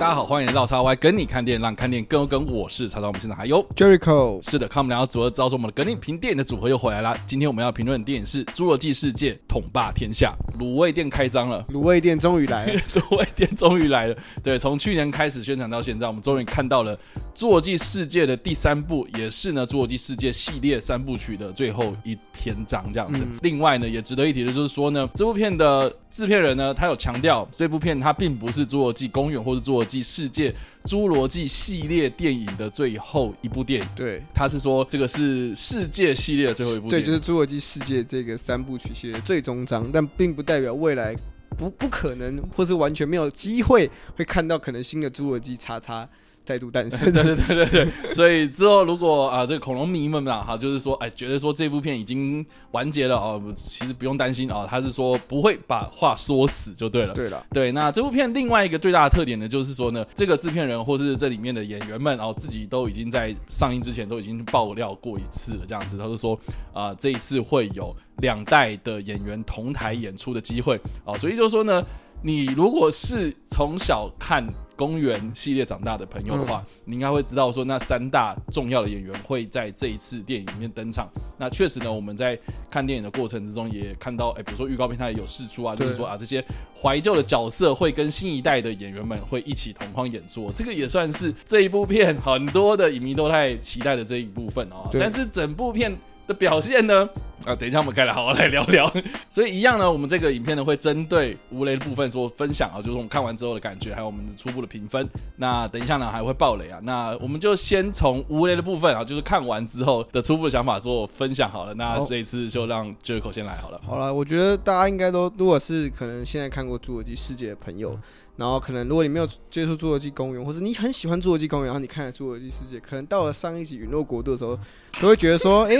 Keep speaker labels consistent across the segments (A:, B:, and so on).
A: 家好，欢迎来到叉 Y 跟你看电影，让看电影更有梗。我是叉叉，我们现场还有。
B: Jericho，
A: 是的，看我们聊到组合，知道说我们的梗你评电影的组合又回来啦。今天我们要评论的电影是《侏罗纪世界》统霸天下，卤味店开张了。
B: 卤味店终于 来了。
A: 卤味店终于来了。对，从去年开始宣传到现在，我们终于看到了《侏罗纪世界》的第三部，也是呢《侏罗纪世界》系列三部曲的最后一篇章这样
B: 嗯
A: 子。另外呢，也值得一提的就是说呢，这部片的制片人呢，他有强调这部片它并不是《侏罗纪公园》或是《侏罗纪世界》侏罗纪系列电影的最后一部电影。
B: 对，
A: 他是说这个是世界系列的最后一部电
B: 对，
A: 影，
B: 就是《侏罗纪世界》这个三部曲系列的最终章，但并不代表未来不不可能，或是完全没有机会会看到可能新的《侏罗纪叉叉》再度诞生。
A: 对对对对对，所以之后如果啊、这个恐龙迷们啊，哈，就是说，哎，觉得说这部片已经完结了哦，其实不用担心哦，他是说不会把话说死就对了。
B: 对了，
A: 对，那这部片另外一个最大的特点呢，就是说呢，这个制片人或是这里面的演员们哦，自己都已经在上映之前都已经爆料过一次了，这样子，他就说啊、这一次会有两代的演员同台演出的机会哦，所以就说呢，你如果是从小看。公园系列长大的朋友的话，你应该会知道说那三大重要的演员会在这一次电影里面登场。那确实呢，我们在看电影的过程之中也看到，哎、比如说预告片它也有试出啊，就是
B: 对
A: 说啊这些怀旧的角色会跟新一代的演员们会一起同框演出，这个也算是这一部片很多的影迷都太期待的这一部分哦。
B: 对
A: 但是整部片的表现呢，啊，等一下我们该来好好来聊聊。所以一样呢，我们这个影片呢会针对无雷的部分做分享啊，就是我们看完之后的感觉，还有我们的初步的评分。那等一下呢还会爆雷啊，那我们就先从无雷的部分啊，就是看完之后的初步的想法做分享好了。那
B: 好
A: 这一次就让 Jericho 先来好了。
B: 好了，我觉得大家应该都，如果是可能现在看过《侏罗纪世界》的朋友，然后可能如果你没有接触《侏罗纪公园》，或者你很喜欢《侏罗纪公园》，然后你看了《侏罗纪世界》，可能到了上一集《陨落国度》的时候，都会觉得说，诶，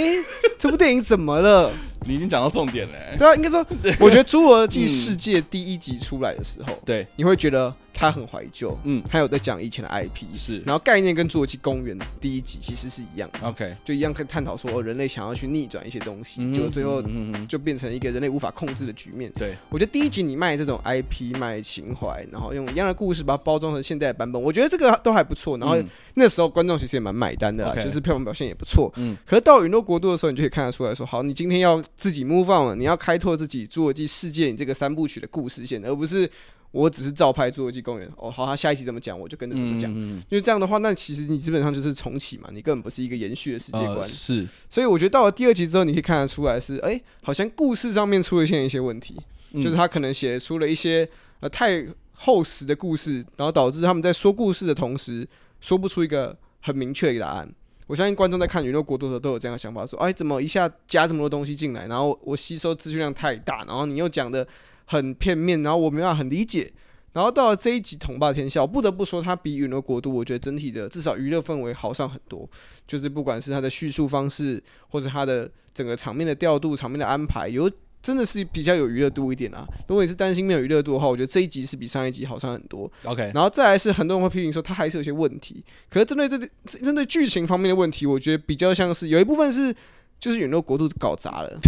B: 这部电影怎么了？
A: 你已经讲到重点了、欸。
B: 对啊，应该说，我觉得《侏罗纪世界》第一集出来的时候，
A: 对，
B: 你会觉得它很怀旧，
A: 嗯，
B: 还有在讲以前的 IP，
A: 是
B: 然后概念跟《侏罗纪公园》第一集其实是一样的，
A: OK，
B: 就一样可以探讨说、哦人类想要去逆转一些东西，
A: 嗯
B: 就最后
A: 嗯嗯嗯
B: 就变成一个人类无法控制的局面。
A: 对，
B: 我觉得第一集你卖这种 IP 卖情怀，然后用一样的故事把它包装成现在的版本，我觉得这个都还不错。然后
A: 嗯
B: 那时候观众其实也蛮买单的啦
A: OK
B: 就是票房表现也不错。
A: 嗯
B: 可是到陨落国度的时候，你就可以看得出来说，好，你今天要自己 move on 了，你要开拓自己《侏罗纪世界》你这个三部曲的故事线，而不是我只是照拍《侏罗纪公园》。哦，好，他下一集怎么讲，我就跟着怎么讲。
A: 嗯
B: 因为这样的话，那其实你基本上就是重启嘛，你根本不是一个延续的世界观。
A: 呃是
B: 所以我觉得到了第二集之后，你可以看得出来是，哎、好像故事上面出了现一些问题，
A: 嗯
B: 就是他可能写出了一些呃太厚实的故事，然后导致他们在说故事的同时，说不出一个很明确的答案。我相信观众在看《娱乐国度》的时候都有这样的想法，说，哎，怎么一下加这么多东西进来，然后我吸收资讯量太大，然后你又讲的很片面，然后我没办法很理解。然后到了这一集统霸天下，我不得不说，它比《陨落国度》我觉得整体的至少娱乐氛围好上很多，就是不管是它的叙述方式，或是它的整个场面的调度、场面的安排，有真的是比较有娱乐度一点啊。如果你是担心没有娱乐度的话，我觉得这一集是比上一集好上很多。
A: OK，
B: 然后再来是很多人会批评说它还是有些问题，可是针对这针对剧情方面的问题，我觉得比较像是有一部分是就是陨落国度搞砸了，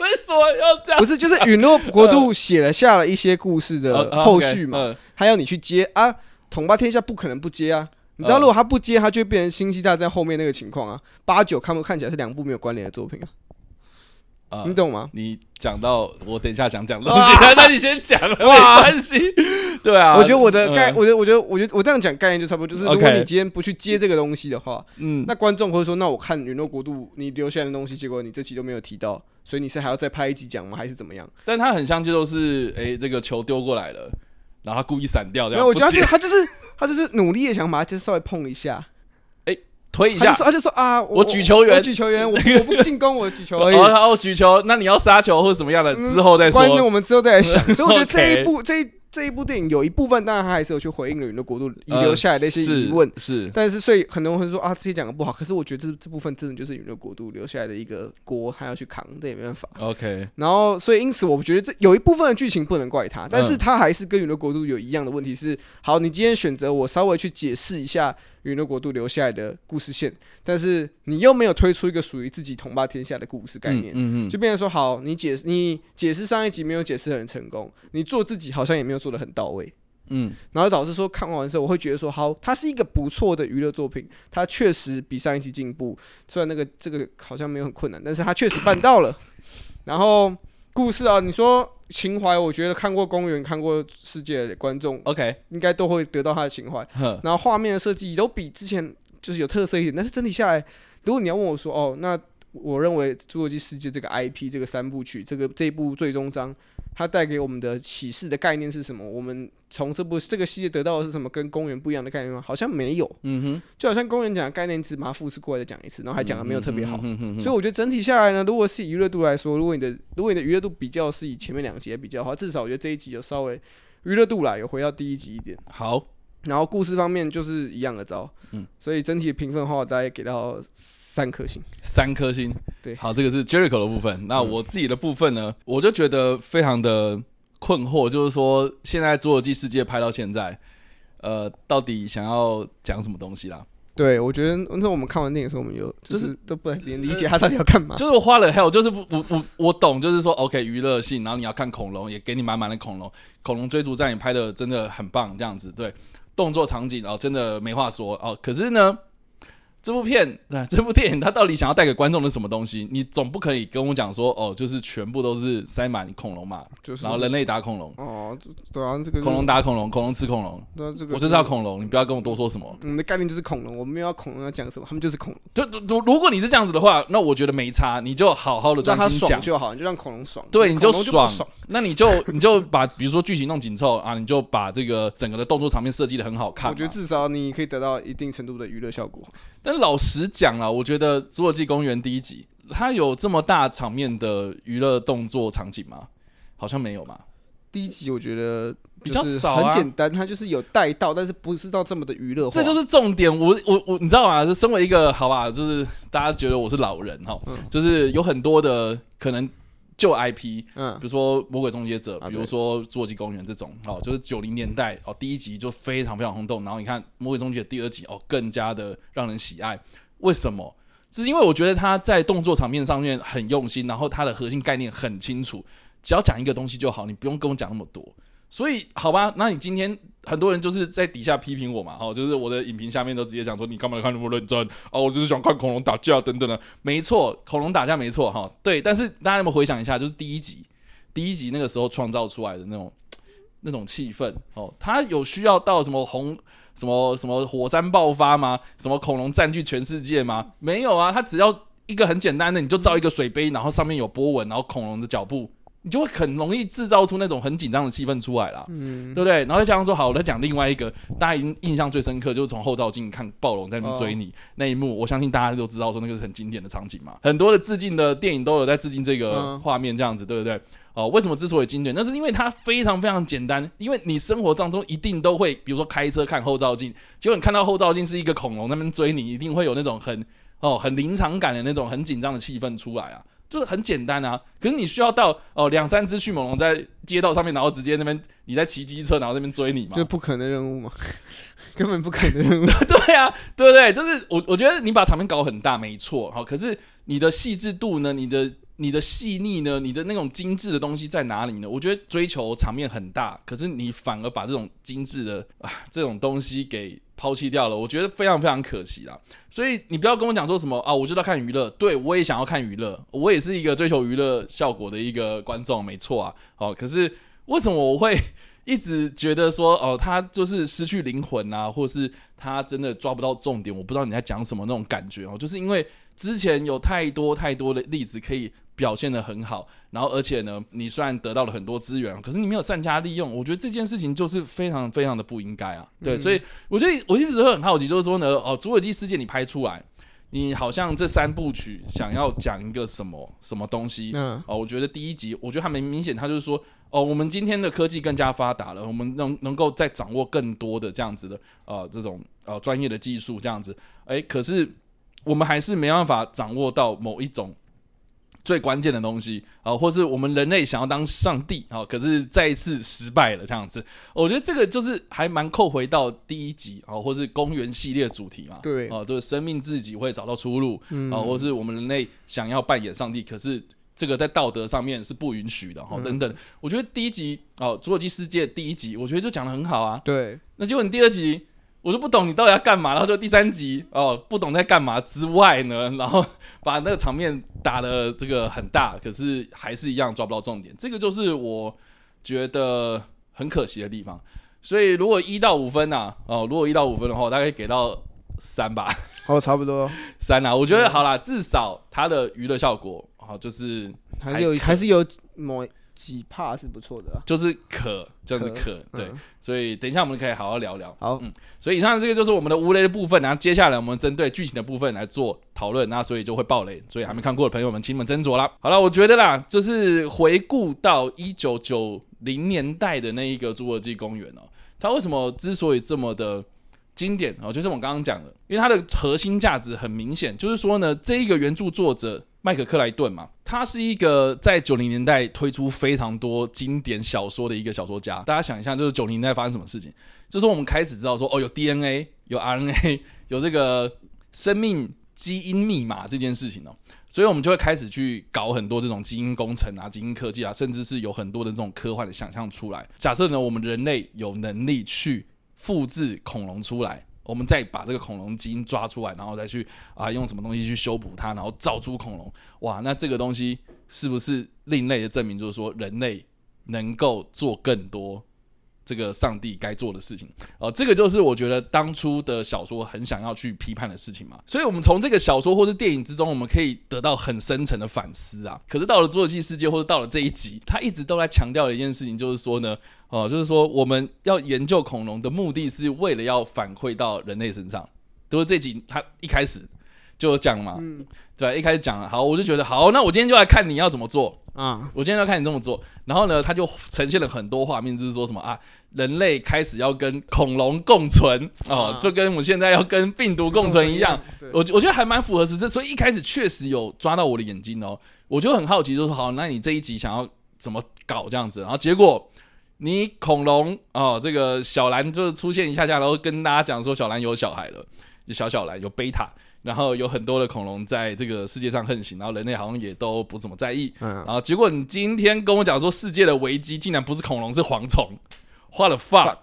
A: 为什么要这样
B: 不？是就是陨落国度写了下了一些故事
A: 哦
B: 的后续嘛，
A: 呃，
B: 他要你去接啊，统霸天下不可能不接啊。你知道，
A: 嗯
B: 如果他不接，他就会变成星际大战后面那个情况啊。八九看不看起来是两部没有关联的作品啊，
A: 呃
B: 你懂吗？
A: 你讲到我等一下想讲的 东西，那你先讲了，没关系。对啊，
B: 啊我觉得我的概，
A: 嗯
B: 我觉得我觉得我觉得我这样讲概念就差不多，就是如果
A: OK
B: 你今天不去接这个东西的话，
A: 嗯，
B: 那观众会说，那我看《陨落国度》你留下来的东西，结果你这期都没有提到，所以你是还要再拍一集讲吗？还是怎么样？
A: 但他很像就都是哎，这个球丢过来了，然后他故意闪掉，
B: 没
A: 这样
B: 有，我觉得
A: 不
B: 他
A: 接
B: 就他就是他就是努力的想把它就是稍微碰一下，
A: 推一
B: 他
A: 下
B: 就。说他就说啊，
A: 我举球员
B: 我举球员，我我不进攻，我举球而已。
A: 然后哦举球，那你要杀球或者什么样的，
B: 嗯
A: 之后再
B: 关键
A: 说。
B: 我们之后再来想。所以我觉得这
A: OK
B: 一部这一这一部电影有一部分，当然它还是有去回应了《陨落国度》遗留下来的一些
A: 呃是
B: 疑问。
A: 是
B: 但是，所以很多人会说啊，这些讲的不好。可是我觉得这这部分真的就是《陨落国度》留下来的一个锅，他要去扛，这也没办法。
A: OK，
B: 然后，所以因此，我觉得这有一部分的剧情不能怪他，但是
A: 嗯
B: 他还是跟《陨落国度》有一样的问题是：好，你今天选择我稍微去解释一下《陨落国度》留下来的故事线，但是你又没有推出一个属于自己统霸天下的故事概念。
A: 嗯嗯嗯
B: 就变成说，好，你解你解释上一集没有解释得很成功，你做自己好像也没有做的很到位，
A: 嗯，
B: 然后导致说看完之后，我会觉得说，好，它是一个不错的娱乐作品，它确实比上一期进步。虽然那个这个好像没有很困难，但是它确实办到了。 然后故事啊，你说情怀，我觉得看过公园、看过世界的观众
A: OK，
B: 应该都会得到它的情怀。
A: 呵，
B: 然后画面的设计都比之前就是有特色一点，但是整体下来，如果你要问我说，哦，那我认为《侏罗纪世界》这个 IP 这个三部曲，这个这一部最终章，它带给我们的启示的概念是什么？我们从这部这个系列得到的是什么跟公园不一样的概念吗？好像没有，
A: 嗯哼，
B: 就好像公园讲的概念只把它复制过来再讲一次，然后还讲的没有特别好。
A: 嗯哼，
B: 所以我觉得整体下来呢，如果是以娱乐度来说，如果你的如果你的娱乐度比较是以前面两集来比较的话，至少我觉得这一集有稍微娱乐度啦，有回到第一集一点。
A: 好，
B: 然后故事方面就是一样的招，
A: 嗯
B: 所以整体评分的话，我大概给到三颗星。
A: 三颗星。
B: 对嗯
A: 好，这个是 Jericho 的部分。那我自己的部分呢，我就觉得非常的困惑，就是说现在《侏罗纪世界》拍到现在，呃，到底想要讲什么东西啦？
B: 对，我觉得那时候我们看完电影的时候，我们有
A: 就
B: 就是是都不能理解他到底要 干嘛。
A: 就是我花了 hell，就是不我我我懂，就是说 OK 娱乐性，然后你要看恐龙，也给你满满的恐龙，恐龙追逐战也拍的真的很棒，这样子对，动作场景哦真的没话说哦。可是呢，这部片 啊、这部电影它到底想要带给观众的是什么东西？你总不可以跟我讲说哦，就是全部都是塞满恐龙嘛，
B: 就是
A: 然后人类打恐龙，
B: 哦，对啊，这个
A: 恐龙，打恐龙，恐龙吃恐龙，
B: 对啊，这个
A: 我就是要。恐龙，你不要跟我多说什么。
B: 我们的概念就是恐龙，我们没有要恐龙要讲什么，他们就是恐龙，
A: 就如如果你是这样子的话，那我觉得没差，你就好好的
B: 让
A: 专
B: 他
A: 心讲
B: 爽。就好，你就让恐龙爽。
A: 对，你
B: 恐龙就
A: 爽
B: 不爽。，
A: 那你就你就把比如说剧情弄紧凑啊，你就把这个整个的动作场面设计的很好看嘛。
B: 我觉得至少你可以得到一定程度的娱乐效果。
A: 但老实讲啦，我觉得《侏罗纪公园》第一集它有这么大场面的娱乐动作场景吗？好像没有嘛。
B: 第一集我觉得
A: 比较
B: 就是
A: 少啊
B: 很简单，它就是有带到，但是不是到这么的娱乐化。
A: 这就是重点。我我我，你知道吗？就身为一个好吧，就是大家觉得我是老人哈，
B: 嗯
A: 就是有很多的可能旧 IP，
B: 嗯
A: 比如说《魔鬼终结者》
B: 啊
A: 比如说《侏罗纪公园》这种，哦，就是九零年代哦，第一集就非常非常轰动，然后你看《魔鬼终结者》第二集哦，更加的让人喜爱。为什么？是因为我觉得他在动作场面上面很用心，然后他的核心概念很清楚，只要讲一个东西就好，你不用跟我讲那么多。所以好吧，那你今天很多人就是在底下批评我嘛，哦，就是我的影评下面都直接讲说你干嘛看那么认真哦，我就是想看恐龙打架等等的，没错，恐龙打架没错哈、对，但是大家有没有回想一下，就是第一集，第一集那个时候创造出来的那种那种气氛哦，它有需要到什么红什么什么火山爆发吗？什么恐龙占据全世界吗？没有啊，它只要一个很简单的，你就造一个水杯，然后上面有波纹，然后恐龙的脚步，你就会很容易制造出那种很紧张的气氛出来啦。
B: 嗯，
A: 对不对？然后再加上说，好，我再讲另外一个，大家印印象最深刻就是从后照镜看暴龙在那边追你、那一幕，我相信大家都知道说那个是很经典的场景嘛，很多的致敬的电影都有在致敬这个
B: 嗯
A: 画面，这样子，对不对？哦，为什么之所以经典？那是因为它非常非常简单，因为你生活当中一定都会，比如说开车看后照镜，结果你看到后照镜是一个恐龙在那边追你，一定会有那种很哦很临场感的那种很紧张的气氛出来啊，就是很简单啊。可是你需要到哦两三只迅猛龙在街道上面，然后直接那边你在骑机车，然后那边追你嘛
B: 就，不可能任务嘛， 根本不可能 任务。
A: 对啊，对不对？就是我我觉得你把场面搞很大，没错，好、可是你的细致度呢，你的你的细腻呢，你的那种精致的东西在哪里呢？我觉得追求场面很大，可是你反而把这种精致的啊这种东西给抛弃掉了，我觉得非常非常可惜啦。所以你不要跟我讲说什么啊，我就要看娱乐，对我也想要看娱乐，我也是一个追求娱乐效果的一个观众，没错啊。好、可是为什么我会一直觉得说哦，他就是失去灵魂啊，或是他真的抓不到重点，我不知道你在讲什么那种感觉哦，就是因为之前有太多太多的例子可以表现的很好，然后而且呢，你虽然得到了很多资源，可是你没有善加利用，我觉得这件事情就是非常非常的不应该啊。对，所以我觉得我一直都很好奇，就是说呢，哦，《侏罗纪世界》你拍出来，你好像这三部曲想要讲一个什么什么东西？
B: 嗯，
A: 哦，我觉得第一集，我觉得他们明显，他就是说，哦，我们今天的科技更加发达了，我们能能够再掌握更多的这样子的呃这种呃专业的技术这样子，诶，可是我们还是没办法掌握到某一种最关键的东西啊、或是我们人类想要当上帝啊、可是再一次失败了这样子。哦我觉得这个就是还蛮扣回到第一集啊、或是公园系列主题嘛，
B: 对
A: 啊、就是生命自己会找到出路啊、或是我们人类想要扮演上帝，可是。这个在道德上面是不允许的哈、啊等等。我觉得第一集哦，《侏罗纪世界》第一集，我觉得就讲的很好啊。
B: 对，
A: 那结果你第二集。我就不懂你到底要干嘛，然后就第三集哦，不懂在干嘛之外呢，然后把那个场面打的这个很大，可是还是一样抓不到重点，这个就是我觉得很可惜的地方。所以如果一到五分呐、哦，如果一到五分的话，我大概给到三吧，
B: 哦，差不多，
A: 三啊啦、我觉得好啦，至少它的娱乐效果好、哦就是
B: 还是有还是有某几帕是不错的啊。
A: 就是可这样子可对，
B: 嗯
A: 所以等一下我们可以好好聊聊。
B: 好，
A: 所以以上这个就是我们的无雷的部分，然后接下来我们针对剧情的部分来做讨论，那所以就会爆雷，所以还没看过的朋友们，请你们斟酌啦。好了，我觉得啦，就是回顾到一九九零年代的那一个侏罗纪公园哦，它为什么之所以这么的经典哦，就是我刚刚讲的，因为它的核心价值很明显，就是说呢，这一个原著作者麦克克莱顿嘛，他是一个在九零年代推出非常多经典小说的一个小说家。大家想一下，就是九零年代发生什么事情？就是我们开始知道说，哦，有 DNA，有 RNA，有 这个生命基因密码这件事情哦，所以我们就会开始去搞很多这种基因工程啊、基因科技啊，甚至是有很多的这种科幻的想象出来。假设呢，我们人类有能力去复制恐龙出来，我们再把这个恐龙基因抓出来，然后再去啊用什么东西去修补它，然后造出恐龙。哇，那这个东西是不是另类的证明，就是说人类能够做更多这个上帝该做的事情？哦，这个就是我觉得当初的小说很想要去批判的事情嘛。所以，我们从这个小说或是电影之中，我们可以得到很深层的反思啊。可是到了《侏罗纪世界》或者到了这一集，他一直都在强调的一件事情，就是说呢，哦，就是说我们要研究恐龙的目的是为了要反馈到人类身上。就是这集他一开始就有讲嘛，
B: 嗯
A: 对吧，一开始讲了，好，我就觉得好，那我今天就来看你要怎么做。
B: 啊，
A: 我今天要看你这么做，然后呢，他就呈现了很多画面，就是说什么啊，人类开始要跟恐龙共存哦，
B: 啊
A: 就跟我们现在要跟病毒共存一样。，
B: 对，
A: 我觉我觉得还蛮符合实质，所以一开始确实有抓到我的眼睛哦，我就很好奇，就说好，那你这一集想要怎么搞这样子？然后结果你恐龙哦，这个小兰就是出现一下下，然后跟大家讲说小兰有小孩了，有小小兰有贝塔，然后有很多的恐龙在这个世界上横行，然后人类好像也都不怎么在意。
B: 嗯，
A: 然后结果你今天跟我讲说世界的危机竟然不是恐龙是蝗虫，what the fuck？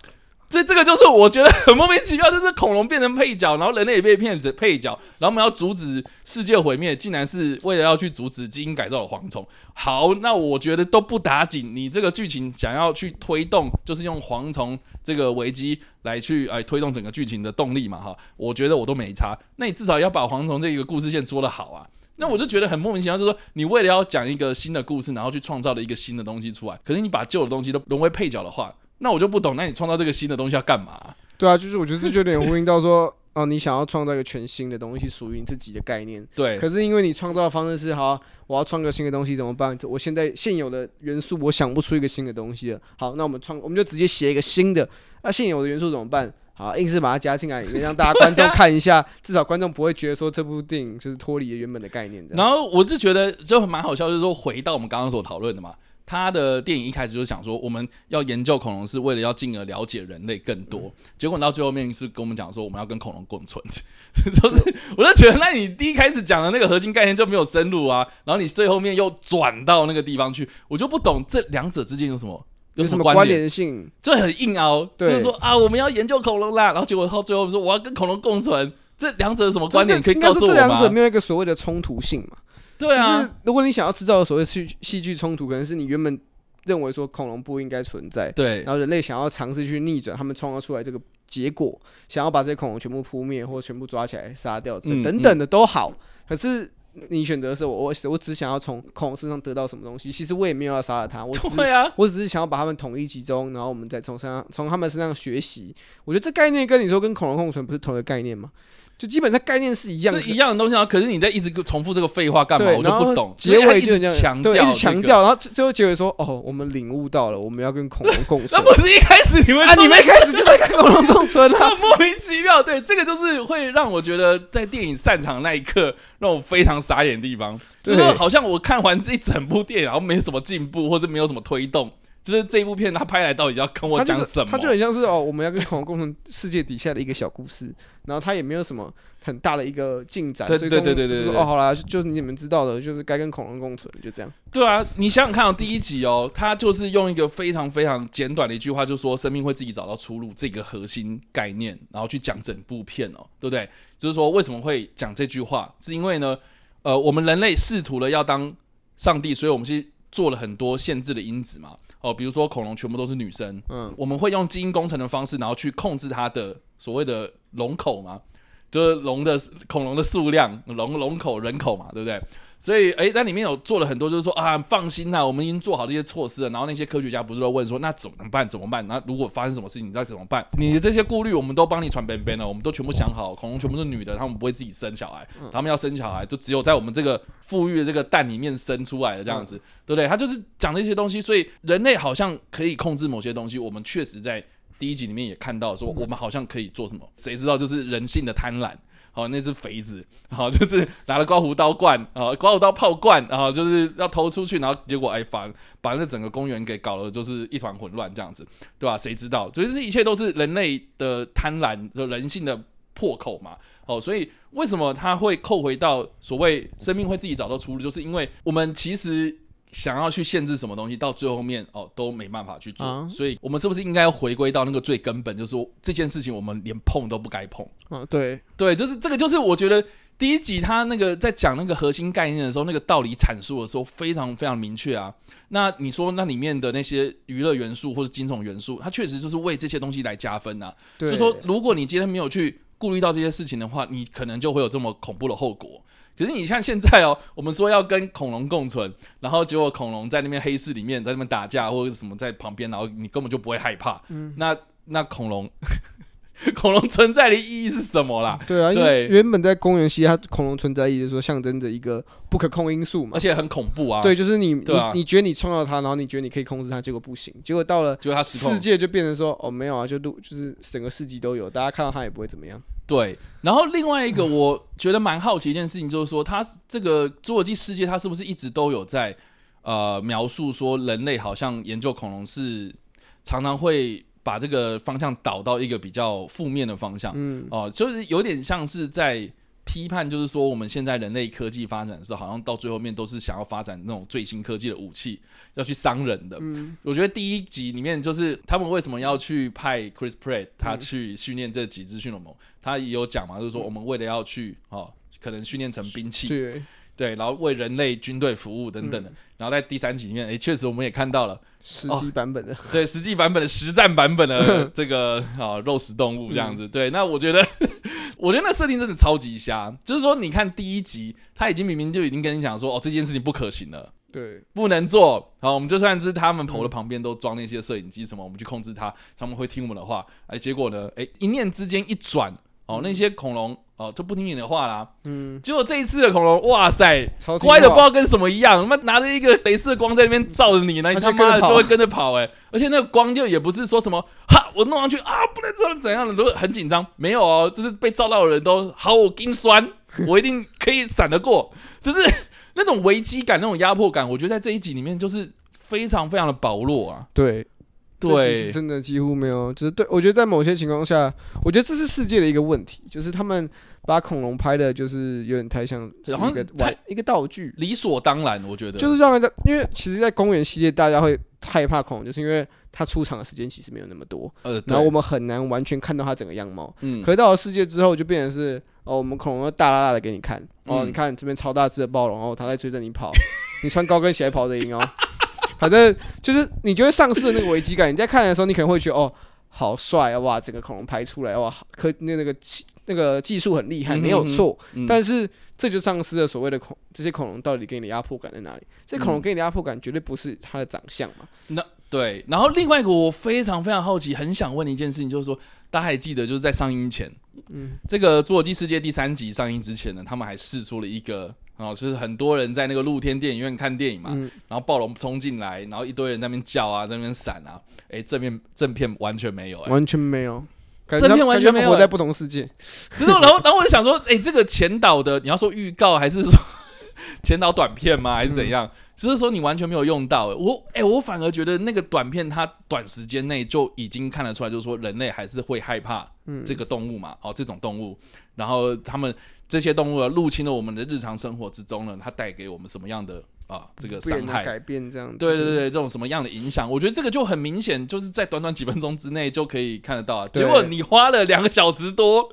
A: 这这个就是我觉得很莫名其妙，就是恐龙变成配角，然后人类也被骗成配角，然后我们要阻止世界毁灭，竟然是为了要去阻止基因改造的蝗虫。好，那我觉得都不打紧，你这个剧情想要去推动，就是用蝗虫这个危机来去哎推动整个剧情的动力嘛哈。我觉得我都没差，那你至少要把蝗虫这个故事线说得好啊。那我就觉得很莫名其妙，就是说你为了要讲一个新的故事，然后去创造了一个新的东西出来，可是你把旧的东西都沦为配角的话，那我就不懂，那你创造这个新的东西要干嘛、
B: 对啊，就是我觉得这就有点呼应到说，哦，你想要创造一个全新的东西，属于你自己的概念，
A: 对
B: 可是因为你创造的方式是好，我要创个新的东西怎么办？我现在现有的元素我想不出一个新的东西了。好，那我们创，我们就直接写一个新的。那、现有的元素怎么办？好，硬是把它加进来里面，让大家观众看一下，至少观众不会觉得说这部电影就是脱离了原本的概念这样。
A: 然后我就觉得就蛮好笑，就是说回到我们刚刚所讨论的嘛，他的电影一开始就想说我们要研究恐龙是为了要进而了解人类更多，
B: 嗯
A: 结果你到最后面是跟我们讲说我们要跟恐龙共存， 就是我就觉得那你第一开始讲的那个核心概念就没有深入啊，然后你最后面又转到那个地方去，我就不懂这两者之间有什么有什
B: 什
A: 么
B: 么
A: 关
B: 关
A: 联。
B: 联性？
A: 就很硬凹，就
B: 对
A: 是说啊，我们要研究恐龙啦，然后结果到最后说我要跟恐龙共存，这两者有什么关联？可
B: 真的
A: 以
B: 应该
A: 告
B: 说
A: 诉我
B: 这两者
A: 吗？
B: 没有一个所谓的冲突性嘛？
A: 对啊，
B: 就是如果你想要制造的所谓戏戏剧冲突，可能是你原本认为说恐龙不应该存在，
A: 对
B: 然后人类想要尝试去逆转他们创造出来这个结果，想要把这些恐龙全部扑灭或全部抓起来杀掉，
A: 嗯
B: 等等的都好。可是你选择的时候，我我我只想要从恐龙身上得到什么东西，其实我也没有要杀了 它，我 只是
A: 对啊，
B: 我只是想要把它们统一集中，然后我们再从身上从他们身上学习。我觉得这概念跟你说跟恐龙共存不是同一个概念吗？就基本上概念是一样的，
A: 是一样的东西啊。可是你在一直重复这个废话干嘛？
B: 对，
A: 我就
B: 然后
A: 不懂。
B: 结
A: 所以
B: 尾
A: 他
B: 就
A: 一
B: 这样
A: 直强调
B: 对，
A: 这
B: 一
A: 个，
B: 直强调，然后最最后结尾说：“哦，我们领悟到了，我们要跟恐龙共存
A: 那。不是一开始 你”们
B: 啊，你
A: 们
B: 们一开始就在跟恐龙共存啊了。
A: 莫名其妙。对，这个就是会让我觉得在电影散场那一刻，让我非常傻眼的地方，就是
B: 对
A: 好像我看完这一整部电影，然后没什么进步，或者没有什么推动。就是这一部片他拍来到底要 跟我
B: 他就
A: 讲
B: 是
A: 什么？
B: 他就很像是哦，我们要跟恐龙共同世界底下的一个小故事，然后他也没有什么很大的一个进展，
A: 对
B: 最
A: 对
B: 终
A: 对对
B: 就是
A: 对
B: 说
A: 对
B: 哦，好啦，就就是你们知道的，就是该跟恐龙共存，就这样。
A: 对啊，你想想看、哦，第一集哦，他就是用一个非常非常简短的一句话，就说生命会自己找到出路这个核心概念，然后去讲整部片哦，对不对？就是说为什么会讲这句话，是因为呢，呃，我们人类试图了要当上帝，所以我们去做了很多限制的因子嘛，哦，比如说恐龙全部都是女生，
B: 嗯，
A: 我们会用基因工程的方式，然后去控制它的所谓的龙口嘛，就是龙的恐龙的数量，龙龙口人口嘛，对不对？所以，哎诶，那里面有做了很多，就是说啊，放心啦、我们已经做好这些措施了。然后那些科学家不是都问说，那怎么办？怎么办？那如果发生什么事情，你知道怎么办？你的这些顾虑，我们都帮你传边边了，我们都全部想好，恐龙全部是女的，他们不会自己生小孩，他们要生小孩就只有在我们这个富裕的这个蛋里面生出来的这样子，对不对？他就是讲这些东西，所以人类好像可以控制某些东西，我们确实在第一集里面也看到说，我们好像可以做什么，谁知道就是人性的贪婪。好、哦那只肥子，好、就是拿了刮胡刀罐，啊、刮胡刀炮罐，然、后就是要投出去，然后结果哎反把那整个公园给搞得就是一团混乱这样子，对吧、谁知道？所以这一切都是人类的贪婪，就人性的破口嘛。哦，所以为什么他会扣回到所谓生命会自己找到出路，就是因为我们其实想要去限制什么东西，到最后面哦都没办法去做，
B: 啊
A: 所以我们是不是应该要回归到那个最根本，就是说这件事情我们连碰都不该碰。
B: 啊，对，
A: 对，就是这个，就是我觉得第一集他那个在讲那个核心概念的时候，那个道理阐述的时候非常非常明确啊。那你说那里面的那些娱乐元素或者惊悚元素，它确实就是为这些东西来加分啊。
B: 对，
A: 就说如果你今天没有去顾虑到这些事情的话，你可能就会有这么恐怖的后果。可是你看现在哦，我们说要跟恐龙共存，然后结果恐龙在那边黑市里面在那边打架或者什么在旁边，然后你根本就不会害怕。那那恐龙， 恐龙存在的意义是什么啦？
B: 对啊，因
A: 对
B: 为原本在公园系，它恐龙存在意义就是说象征着一个不可控因素嘛
A: 而。且很恐怖啊。
B: 对，，就是你、
A: 对啊
B: 你你觉得你创造它，然后你觉得你可以控制它，结果不行，结果到了
A: 就是它失控
B: 世。界就变成说哦没有啊，就路就是整个世纪都有，大家看到它也不会怎么样。
A: 对，然后另外一个我觉得蛮好奇一件事情，就是说它这个《侏罗纪世界》，它是不是一直都有在呃描述说人类好像研究恐龙是常常会把这个方向导到一个比较负面的方向，
B: 嗯，
A: 哦，就是有点像是在批判，就是说我们现在人类科技发展的时候，好像到最后面都是想要发展那种最新科技的武器，要去伤人的。
B: 嗯
A: 我觉得第一集里面就是他们为什么要去派 Chris Pratt 他
B: 嗯
A: 去训练这几只驯龙猛，他也有讲嘛，就是说我们为了要去哦，可能训练成兵器，
B: 对，
A: 对，然后为人类军队服务等等的。然后在第三集里面，诶，确实我们也看到了。
B: 实
A: 哦
B: 际版本的，
A: 对实际版本的实战版本的这个啊肉食动物这样子。对，那我觉得，我觉得那设定真的超级瞎。就是说，你看第一集，他已经明明就已经跟你讲说，哦，这件事情不可行了。
B: 对，
A: 不能做好，我们就算是他们头的旁边都装那些摄影机什么，我们去控制它，他们会听我们的话。哎，结果呢，哎，一念之间一转，哦，那些恐龙哦就不听你的话啦。
B: 嗯，
A: 结果这一次的恐龙，哇塞，
B: 超
A: 乖的不知
B: 爆，
A: 道跟什么一样，他妈拿着一个镭射光在那边照着你呢，你他
B: 他就
A: 妈的
B: 跟着跑
A: 就会跟着跑哎、而且那个光就也不是说什么哈，我弄上去啊，不能怎么怎样的，都很紧张。没有哦，就是被照到的人都好，我跟酸，我一定可以闪得过， 就是那种危机感、那种压迫感，我觉得在这一集里面就是非常非常的薄弱啊。
B: 对，这其
A: 对
B: 实，真的几乎没有，只是对我觉得在某些情况下，我觉得这是世界的一个问题，就是他们把恐龙拍的，就是有点太像是
A: 好像
B: 一个
A: 太
B: 玩一个道具，
A: 理所当然，我觉得
B: 就是让人家，因为其实，在公园系列，大家会害怕恐龙，就是因为它出场的时间其实没有那么多，
A: 呃，
B: 然后
A: 对
B: 我们很难完全看到它整个样貌。
A: 嗯
B: 可是到了世界之后，就变成是哦，我们恐龙要大大大的给你看哦，
A: 嗯
B: 你看这边超大只的暴龙哦，它在追着你跑， 你穿高跟鞋还跑得赢哦。反正就是你就会丧失了那个危机感。你在看的时候，你可能会觉得哦，好帅啊哇，整个恐龙拍出来哇，好科那那个技那个技术很厉害，
A: 嗯哼
B: 没有错。
A: 嗯
B: 但是这就丧失了所谓的恐这些恐龙到底给你的压迫感在哪里？
A: 嗯
B: 这恐龙给你的压迫感绝对不是它的长相嘛，
A: 对，然后另外一个我非常非常好奇，很想问的一件事情，就是说大家还记得，就是在上映前，嗯，这个《侏罗纪世界》第三集上映之前呢，他们还试出了一个。哦，就是很多人在那个露天电影院看电影嘛，
B: 嗯
A: 然后暴龙冲进来，然后一堆人在那边叫啊，在那边闪啊，哎，正面正片完全没有、诶
B: 完全没有。感
A: 正
B: 觉他
A: 片
B: 们
A: 完
B: 感
A: 全
B: 觉他
A: 没有欸
B: 们活在不同世界，
A: 只是然后然后我就想
B: 嗯
A: 说，哎、这个前导的你要说预告还是说前导短片吗？还是怎样？只是说你完全没有用到、欸我哎、我反而觉得那个短片它短时间内就已经看得出来，就是说人类还是会害怕
B: 嗯
A: 这个动物嘛，哦，这种动物，然后他们这些动物啊入侵了我们的日常生活之中呢，它带给我们什么样的啊这个
B: 不然
A: 伤
B: 的
A: 害？
B: 改变这样子。
A: 对对对，这种什么样的影响，我觉得这个就很明显，就是在短短几分钟之内就可以看得到啊。
B: 对
A: 结果你花了两个小时多，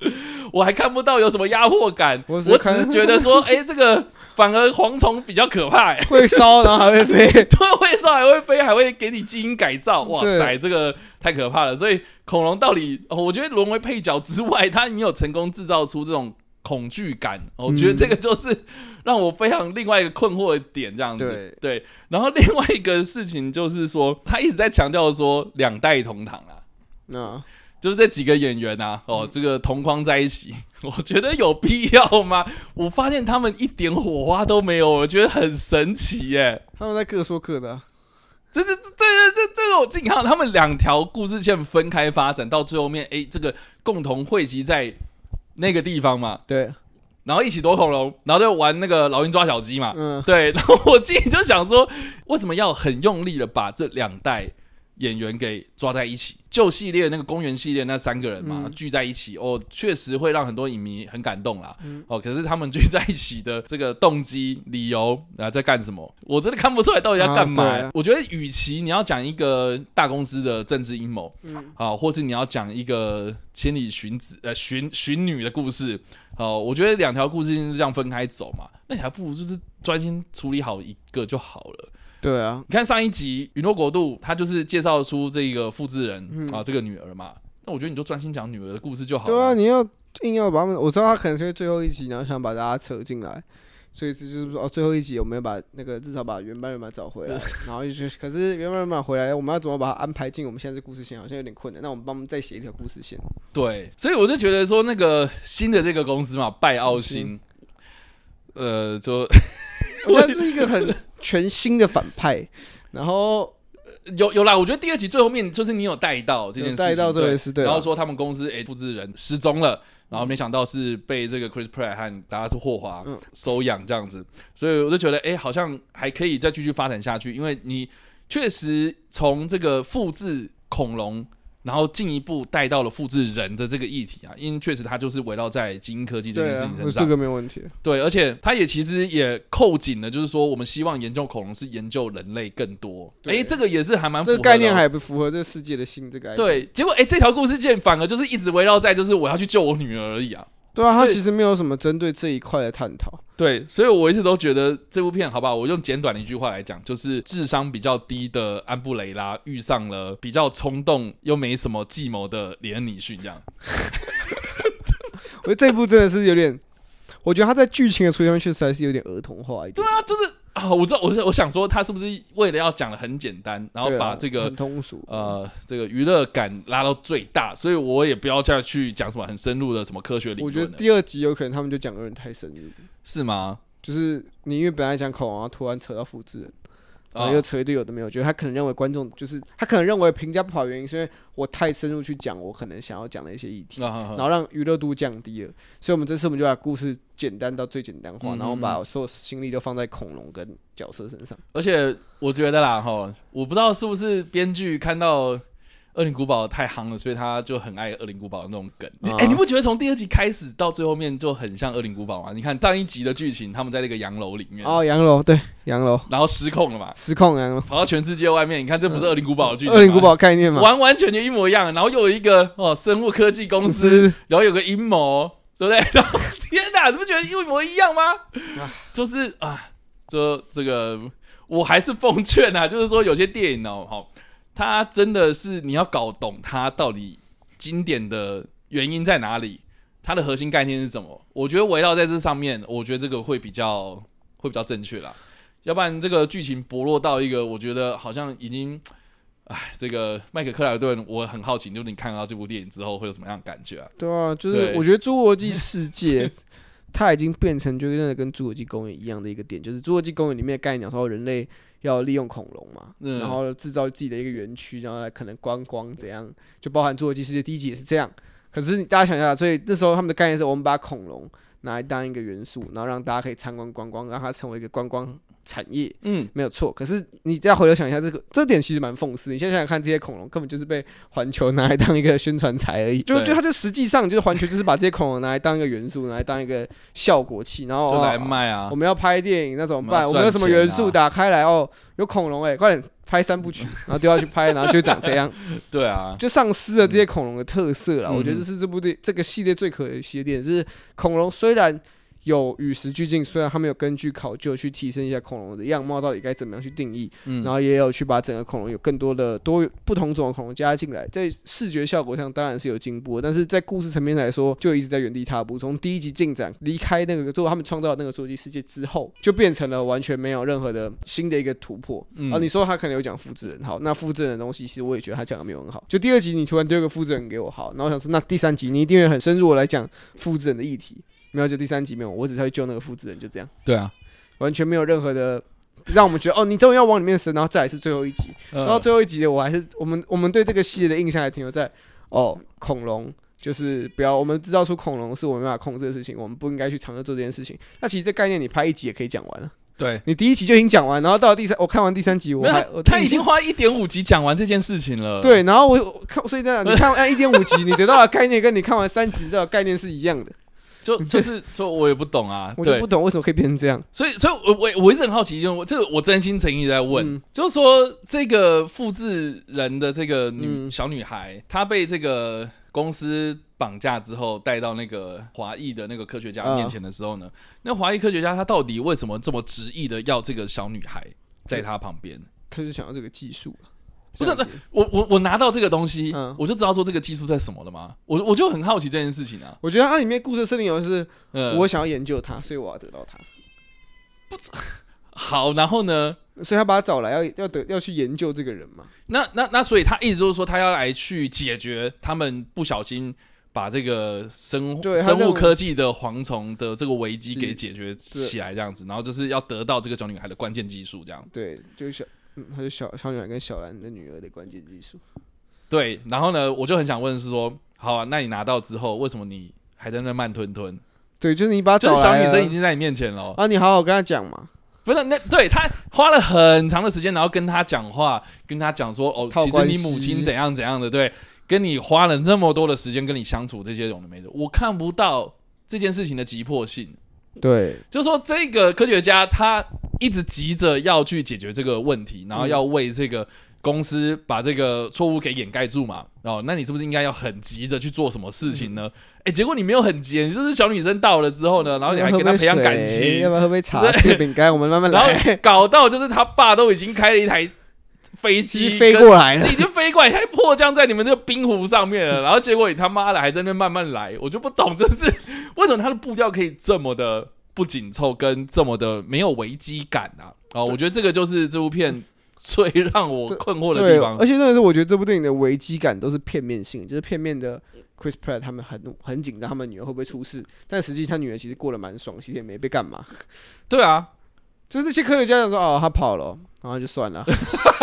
A: 我还看不到有什么压迫感，
B: 我
A: 我
B: 只
A: 只
B: 是看
A: 是觉得说，哎、这个反而蝗虫比较可怕、 欸，
B: 会烧，然后还会飞。
A: 对，会上还会飞，还会给你基因改造，哇
B: 对
A: 塞，这个太可怕了。所以恐龙到底，哦我觉得沦为配角之外，它没有成功制造出这种。恐惧感、哦我觉
B: 嗯
A: 得这个就是让我非常另外一个困惑的点，这样子。
B: 对
A: 对，然后另外一个事情就是说，他一直在强调说两代同堂啊，
B: 那
A: 就是这几个演员啊，哦，这个同框在一起， 我觉得有必要吗？我发现他们一点火花都没有，我觉得很神奇耶、
B: 他们在各说各的啊，
A: 这这这这这这个我自己看到，他们两条故事线分开发展，到最后面，哎，这个共同汇集在那个地方嘛，
B: 对，
A: 然后一起躲恐龙，然后就玩那个老鹰抓小鸡嘛，
B: 嗯，
A: 对，然后我自己就想说，为什么要很用力的把这两代演员给抓在一起？旧系列那个公园系列那三个人嘛，
B: 嗯
A: 聚在一起，哦，确实会让很多影迷很感动啦。
B: 嗯
A: 哦，可是他们聚在一起的这个动机、理由啊，在干什么？我真的看不出来到底要干嘛、
B: 啊对啊
A: 我觉得，与其你要讲一个大公司的政治阴谋，
B: 嗯
A: 啊，或是你要讲一个千里寻子呃寻寻女的故事，哦、我觉得两条故事线是这样分开走嘛，那你还不如就是专心处理好一个就好了。
B: 对啊，
A: 你看上一集《云诺国度》，他就是介绍出这个复制人、
B: 嗯
A: 啊，这个女儿嘛，那我觉得你就专心讲女儿的故事就好
B: 对啊，
A: 了。
B: 你要硬要把他们，我知道他可能是因为最后一集，然后想把大家扯进来，所以这就是说哦，最后一集我们要把那个至少把原班人马找回来，然后就是可是原班人马回来，我们要怎么把它安排进我们现在这故事线，好像有点困难，那我们帮他们再写一条故事线，
A: 对，所以我就觉得说，那个新的这个公司嘛，拜奥星，
B: 嗯
A: 呃，就
B: 我觉得是一个很全新的反派，然后
A: 有有啦，我觉得第二集最后面就是你有带到这件事
B: 有
A: 情，
B: 带到这
A: 对
B: 回事，对啊，
A: 然后说他们公司诶复制人失踪了，然后没想到是被这个 Chris Pratt 和达拉斯霍华
B: 嗯
A: 收养这样子，所以我就觉得诶好像还可以再继续发展下去，因为你确实从这个复制恐龙。然后进一步带到了复制人的这个议题啊，因为确实它就是围绕在基因科技这
B: 对
A: 件事
B: 啊
A: 情，身
B: 我这
A: 上。
B: 个没有问题，
A: 对，而且它也其实也扣紧了，就是说我们希望研究恐龙是研究人类更多。
B: 对
A: 诶，这个也是还蛮符
B: 这
A: 合
B: 个概念
A: 的哦
B: 还不符合这个世界的新这个 idea
A: 对，结果哎、这条故事线反而就是一直围绕在就是我要去救我女儿而已啊。
B: 对啊，他
A: 这
B: 其实没有什么针对这一块的探讨。
A: 对，所以我一直都觉得这部片，好不好？我用简短的一句话来讲，就是智商比较低的安布雷拉遇上了比较冲动又没什么计谋的连恩·尼逊，这样。
B: 我觉得这一部真的是有点，我觉得他在剧情的处理上面确实还是有点儿童化一点
A: 对，啊，就是啊，我知道，我是我想说，他是不是为了要讲的很简单，然后
B: 对啊
A: 把这个
B: 很通俗。
A: 呃，这个娱乐感拉到最大，所以我也不要再去讲什么很深入的什么科学理
B: 我觉
A: 论
B: 得
A: 了，
B: 第二集有可能他们就讲的有点太深入，
A: 是吗？
B: 就是你因为本来讲恐龙，然后突然扯到复制人，然
A: 啊
B: 后又扯一堆有的没有，我觉得他可能认为观众就是他可能认为评价不好的原因是因为我太深入去讲我可能想要讲的一些议题。
A: 啊啊啊
B: 然后让娱乐度降低了，所以我们这次我们就把故事简单到最简单化，
A: 嗯
B: 然后
A: 嗯
B: 把所有心力都放在恐龙跟角色身上。
A: 而且我觉得啦，哈，我不知道是不是编剧看到《恶灵古堡》太夯了，所以他就很爱《恶灵古堡》的那种梗。你
B: 啊
A: 哎、你不觉得从第二集开始到最后面就很像《恶灵古堡》吗？你看上一集的剧情，他们在那个洋楼里面，
B: 哦，洋楼对洋楼
A: 然后失控了嘛，
B: 失控洋楼，
A: 跑到全世界外面。你看，这不是《恶灵古堡》的剧情吗？
B: 嗯恶灵古堡概念嘛，
A: 完完全全一模一样。然后又有一个哦，生物科技公司，然后有个阴谋，对不 对？然后天哪，你不觉得一模一样吗？就是啊，这这个我还是奉劝啊，就是说有些电影哦，好，它真的是你要搞懂它到底经典的原因在哪里，它的核心概念是什么。我觉得围绕在这上面，我觉得这个会比较会比较正确啦。要不然这个剧情薄弱到一个，我觉得好像已经，哎，这个麦克克莱顿，我很好奇，就是你看到这部电影之后会有什么样的感觉啊？
B: 对啊，就是
A: 对
B: 我觉得《侏罗纪 世界》它已经变成就是真的跟《侏罗纪公园》一样的一个点，就是《侏罗纪公园》里面的概念，说人类要利用恐龙嘛，
A: 嗯
B: 然后制造自己的一个园区，然后来可能观光怎样，就包含《侏罗纪世界》第一集也是这样。可是你大家想一下，所以那时候他们的概念是我们把恐龙拿来当一个元素，然后让大家可以参观观光，让它成为一个观光产业，
A: 嗯，
B: 没有错。可是你再回头想一下，这个这点其实蛮讽刺。你现在想想看，这些恐龙根本就是被环球拿来当一个宣传材而已，就
A: 对
B: 就它就实际上就是环球就是把这些恐龙拿来当一个元素，拿来当一个效果器，然后
A: 就来
B: 哦
A: 卖啊
B: 我，们要拍电影，那怎么办？
A: 我
B: 我
A: 们
B: 们
A: 要
B: 有
A: 赚
B: 什
A: 钱啊
B: 么元素打开来哦？有恐龙哎、快点拍三 部曲，然后丢下去拍，然后就长这样，
A: 对啊，
B: 就丧失了这些恐龙的特色了。
A: 嗯
B: 我觉得这是这部电这个系列最可惜的点，是恐龙虽然有与时俱进，虽然他们有根据考究去提升一下恐龙的样貌到底该怎么样去定义，
A: 嗯
B: 然后也有去把整个恐龙有更多的多不同种的恐龙加进来，在视觉效果上当然是有进步的，但是在故事层面来说，就一直在原地踏步。从第一集进展离开那个做他们创造的那个侏罗纪世界之后，就变成了完全没有任何的新的一个突破。
A: 嗯
B: 啊，你说他可能有讲复制人，好，那复制人的东西其实我也觉得他讲的没有很好。就第二集你突然丢一个复制人给我，好，然后我想说那第三集你一定会很深入地来讲复制人的议题，没有就第三集没有，我只是要去救那个复制人，就这样。
A: 对啊，
B: 完全没有任何的让我们觉得哦，你终于要往里面伸，然后再来是最后一集，
A: 然
B: 然后最后一集我还是我们我们对这个系列的印象还停留在哦，恐龙就是不要，我们制造出恐龙是我们没办法控制的事情，我们不应该去尝试做这件事情。那其实这概念你拍一集也可以讲完了，啊
A: 对。
B: 你第一集就已经讲完，然后到了第三，我看完第三集我
A: 没有
B: 还
A: 他
B: 我
A: 他已经花一点五集讲完这件事情了。
B: 对，然后我我看，所以这样你看完一点五集，你得到的概念跟你看完三集的概念是一 样的，
A: 就就是说，我也不懂啊，
B: 我就
A: 对
B: 不，懂为什么可以变成这样。
A: 所以所以我，我我一直很好奇，因为我这个我真心诚意在问，
B: 嗯
A: 就是说这个复制人的这个女、
B: 嗯
A: 小女孩，她被这个公司绑架之后，带到那个华裔的那个科学家
B: 啊
A: 面前的时候呢，那华裔科学家他到底为什么这么执意的要这个小女孩在他旁边？
B: 他就想要这个技术，
A: 啊不是
B: 这样子
A: 我我我拿到这个东西，
B: 嗯
A: 我就知道说这个技术在什么了吗？我我就很好奇这件事情啊。
B: 我觉得它里面故事设定有的是
A: 呃，
B: 我想要研究它，所以我要得到它，
A: 好，然后呢？
B: 所以他把他找来要要得要去研究这个人嘛。
A: 那那那，所以他意思就是说，他要来去解决他们不小心把这个生
B: 对他
A: 生
B: 认
A: 物
B: 为
A: 科技的蝗虫的这个危机
B: 是
A: 给解决
B: 是
A: 起来，这样子，然后就是要得到这个小女孩的关键技术，这样
B: 对，就是小，嗯，他就小小女孩跟小兰的女儿的关键技术。
A: 对。然后呢，我就很想问是说，好啊，那你拿到之后，为什么你还在那慢吞吞？
B: 对，就是你把他
A: 就
B: 找
A: 是小
B: 来
A: 女
B: 了
A: 生已经在你面前了哦，
B: 啊，你好好跟他讲嘛。
A: 不是那对他花了很长的时间，然后跟他讲话，跟他讲说哦，
B: 套
A: 其实
B: 关
A: 你
B: 系
A: 母亲怎样怎样的，对，跟你花了那么多的时间跟你相处这些有的没的，我看不到这件事情的急迫性。
B: 对，
A: 就是说，这个科学家他一直急着要去解决这个问题，
B: 嗯
A: 然后要为这个公司把这个错误给掩盖住嘛。哦，那你是不是应该要很急着去做什么事情
B: 嗯
A: 呢？哎、结果你没有很急，你就是小女生到了之后呢，然后你还跟她培养感情，
B: 要不要喝杯茶
A: 对、
B: 吃个饼干？我们慢慢
A: 然
B: 来。
A: 后搞到就是他爸都已经开了一台飞机
B: 鸡飞，过来了
A: 跟，已经飞过来，还迫降在你们这个冰湖上面 了。然后结果你他妈的还在那边慢慢来，我就不懂，就是 为什么他的步调可以这么的不紧凑，跟这么的没有危机感啊？哦，我觉得这个就是这部片最让我困惑的
B: 对，
A: 地方
B: 而。且真的是，我觉得这部电影的危机感都是片面性，就是片面的。Chris Pratt 他们很很紧张，他们女儿会不会出事？但实际他女儿其实过得蛮爽，其实也没被干嘛。
A: 对啊，
B: 就是那些科学家想说，哦，他跑了，然后就算了。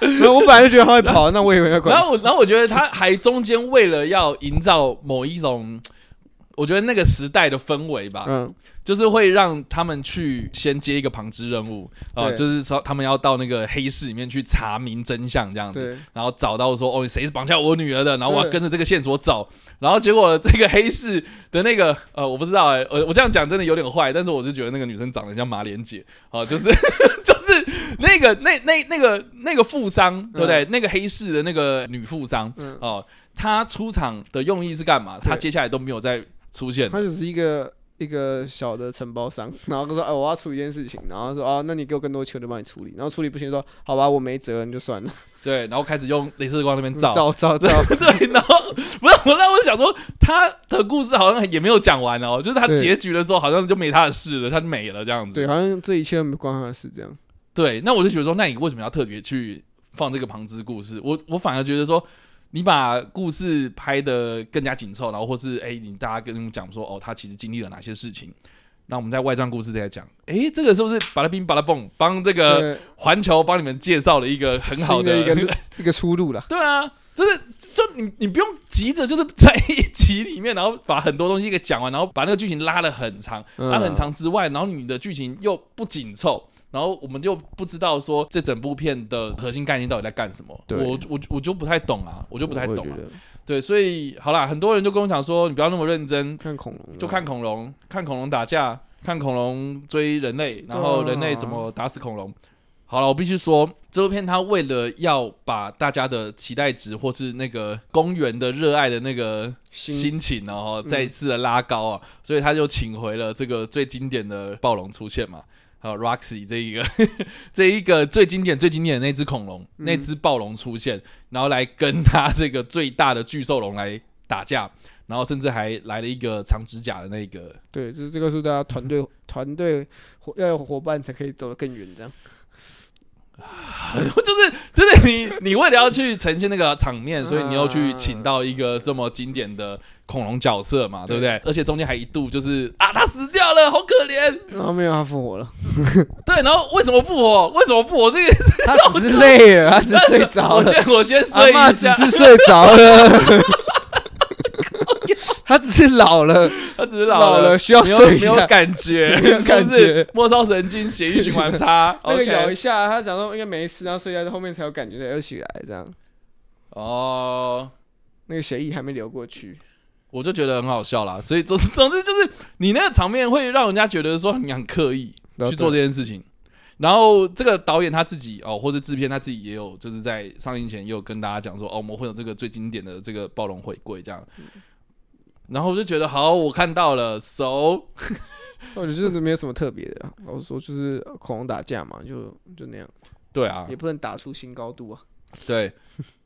B: 然后我本来就觉得他会跑，那我也没有
A: 然
B: 管。
A: 后我，然后我觉得他还中间为了要营造某一种，我觉得那个时代的氛围吧，
B: 嗯，
A: 就是会让他们去先接一个旁支任务啊、呃
B: 对
A: 就是说他们要到那个黑市里面去查明真相这样子，
B: 嗯对，
A: 然后找到说哦谁是绑架我女儿的，然后我要
B: 对
A: 跟着这个线索走，然后结果这个黑市的那个呃我不知道哎、呃我这样讲真的有点坏，但是我是觉得那个女生长得像马莲姐啊、 就是就是那个那那那个那个富商对不对？那个黑市的那个女富商
B: 嗯，
A: 哦、她出场的用意是干嘛？她
B: 对
A: 接下来都没有再出现。
B: 他只是一个一个小的承包商，然后他说，哎，我要处理一件事情，然后说，啊，那你给我更多钱，我就帮你处理。然后处理不行，说，好吧，我没辙，你就算了，
A: 对，然后开始用镭射光那边照，
B: 嗯照照照，
A: 对，然后不是我，那我想说他的故事好像也没有讲完哦，就是他
B: 对
A: 结局的时候好像就没他的事了，他就没了这样子。
B: 对，好像这一切都没关他的事这样。
A: 对那我就觉得说，那你为什么要特别去放这个旁支故事？我我反而觉得说。你把故事拍得更加紧凑，然后或是哎、你大家跟我们讲说，哦，他其实经历了哪些事情，那我们在外传故事再讲。哎、这个是不是巴拉冰巴拉蹦帮这个
B: 对
A: 环球帮你们介绍了一个很好
B: 新
A: 的
B: 的一 个路一个出路了。
A: 对啊，就是就你你不用急着，就是在一集里面，然后把很多东西给讲完，然后把那个剧情拉得很长，
B: 嗯
A: 拉得很长之外，然后你的剧情又不紧凑。然后我们就不知道说这整部片的核心概念到底在干什么，
C: 对
A: 我我我就不太懂啊，我就不太
C: 我也
A: 懂
C: 觉，
A: 啊
C: 得
A: 对，所以好啦，很多人就跟我讲说，你不要那么认
C: 嗯
A: 真，
B: 看恐龙啊
A: 就看恐龙，看恐龙打架，看恐龙追人类，然
C: 啊
A: 后人类怎么打死恐龙。好了，我必须说，这部片它为了要把大家的期待值或是那个公园的热爱的那个
B: 心
A: 心情然后再一次的拉高啊，所以他就请回了这个最经典的暴龙出现嘛。还有 Roxy 这一个 这一个最经典最经典的那只恐龙，那只暴龙出现，然后来跟他这个最大的巨兽龙来打架，然后甚至还来了一个长指甲的那个，
B: 对，就是这个是大家 团队团队伙要有伙伴才可以走得更远， 这样。
A: 就是就是你你为了要去呈现那个场面，
B: 嗯
A: 所以你又去请到一个这么经典的恐龙角色嘛，对不对？而且中间还一度就是啊，他死掉了，好可怜。
B: 然后啊没有他复活 了，
A: 对，然后为什么复活？为什么复活？这个
B: 他只是累 了，他只是睡着
A: 我
B: 了。
A: 先我先
B: 阿
A: 睡
B: 嬷
A: 一
B: 只
A: 下，
B: 是睡着 了，他只是老了，
A: 他只是老了。
B: 需要
A: 没有
B: 睡一
A: 没有
B: 下。
A: 感觉，
B: 没有感
A: 是不是
B: 觉
A: 末梢神经血液循环差。
B: 那个
A: OK
B: 咬一下，他想说应该没事，然后睡一下，后面才有感觉才又起来，这样
A: 哦，
B: 那个血液还没流过去。
A: 我就觉得很好笑啦。所以 总总之就是你那个场面会让人家觉得说你很刻意去做这件事情。然后这个导演他自己哦，或者制片他自己也有，就是在上映前也有跟大家讲说，哦，我们会有这个最经典的这个暴龙回归这样。然后我就觉得好，我看到了，so
B: 我觉得真的没有什么特 别的啊，老实说就是恐龙打架嘛，就就那样，
A: 对啊，
B: 也不能打出新高度啊。
A: 对，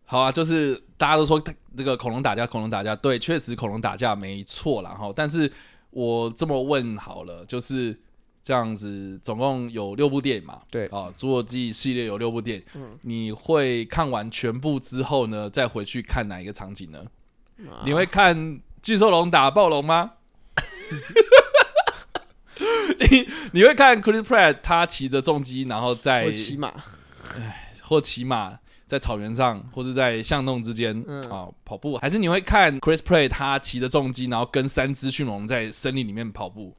A: 好啊，就是大家都说这个恐龙打架，恐龙打架，对，确实恐龙打架没错啦。哈。但是我这么问好了，就是这样子，总共有六部电影嘛？
B: 对嗯
A: 啊，《侏罗纪》系列有六部电影，你会看完全部之后呢，再回去看哪一个场景呢？
B: 啊
A: 你会看巨兽龙打暴龙吗？ 你你会看 Chris Pratt 他骑着重机，然后在
B: 我骑马，
A: 或骑马在草原上，或是在巷弄之间啊、
B: 嗯
A: 跑步，还是你会看 Chris Play 他骑着重机，然后跟三只驯龙在森林里面跑步？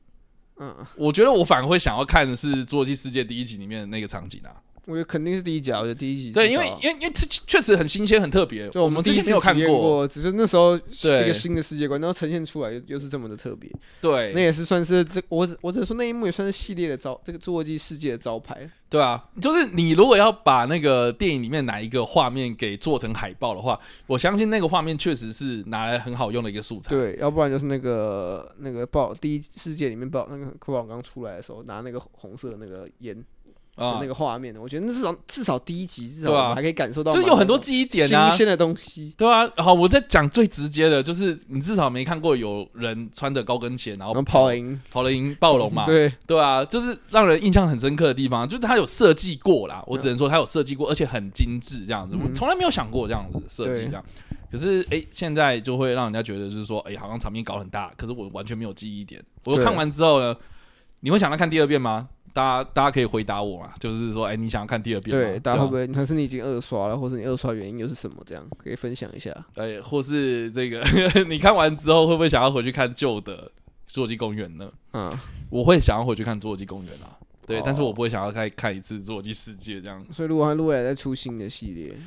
B: 嗯，
A: 我觉得我反而会想要看的是《侏罗纪世界》第一集里面的那个场景啊，
B: 我觉得肯定是第一集啊，我觉得第一集
A: 对，
B: 至
A: 因
B: 少
A: 为因为因为这确实很新鲜很特别，
B: 对，
A: 我
B: 我
A: 们
B: 们
A: 之
B: 第一
A: 前没有
B: 次
A: 看
B: 体验过，只是那时候
A: 对
B: 一个新的世界观，然后呈现出来又又是这么的特别，
A: 对，
B: 那也是算是这我只我只能说那一幕也算是系列的招，这个侏罗纪世界的招牌。
A: 对啊，就是你如果要把那个电影里面哪一个画面给做成海报的话，我相信那个画面确实是拿来很好用的一个素材。
B: 对，要不然就是那个那个爆第一世界里面爆那个酷宝刚出来的时候拿那个红色的那个烟的
A: 啊、
B: 那个画面，我觉得那至少至少第一集至少
A: 对啊
B: 我们还可以感受到，
A: 就有很多记忆点啊，
B: 新鲜的东西。
A: 对啊，好，我在讲最直接的，就是你至少没看过有人穿着高跟鞋，然
B: 然
A: 后
B: 后跑赢，
A: 跑了赢暴龙嘛，
B: 对，
A: 对啊，就是让人印象很深刻的地方，就是他有设计过啦，我只能说他有设计过，而且很精致这样子，我
B: 嗯
A: 从来没有想过这样子设计
B: 对
A: 这样。可是哎、诶现在就会让人家觉得就是说，哎、好像场面搞很大，可是我完全没有记忆点。我
B: 对
A: 看完之后呢，你会想要看第二遍吗？大家大家可以回答我嘛，就是说，哎、你想要看第二遍吗？
B: 对，大家
A: 啊
B: 会不会？可是你已经二刷了，或者你二刷原因又是什么？这样可以分享一下。
A: 呃，或是这个 你看完之后会不会想要回去看旧的《侏罗纪公园》呢？
B: 嗯，
A: 我会想要回去看《侏罗纪公园》啊，对，
B: 哦
A: 但是我不会想要再看一次《侏罗纪世界》这样。
B: 所以如果他未来再出新的系列，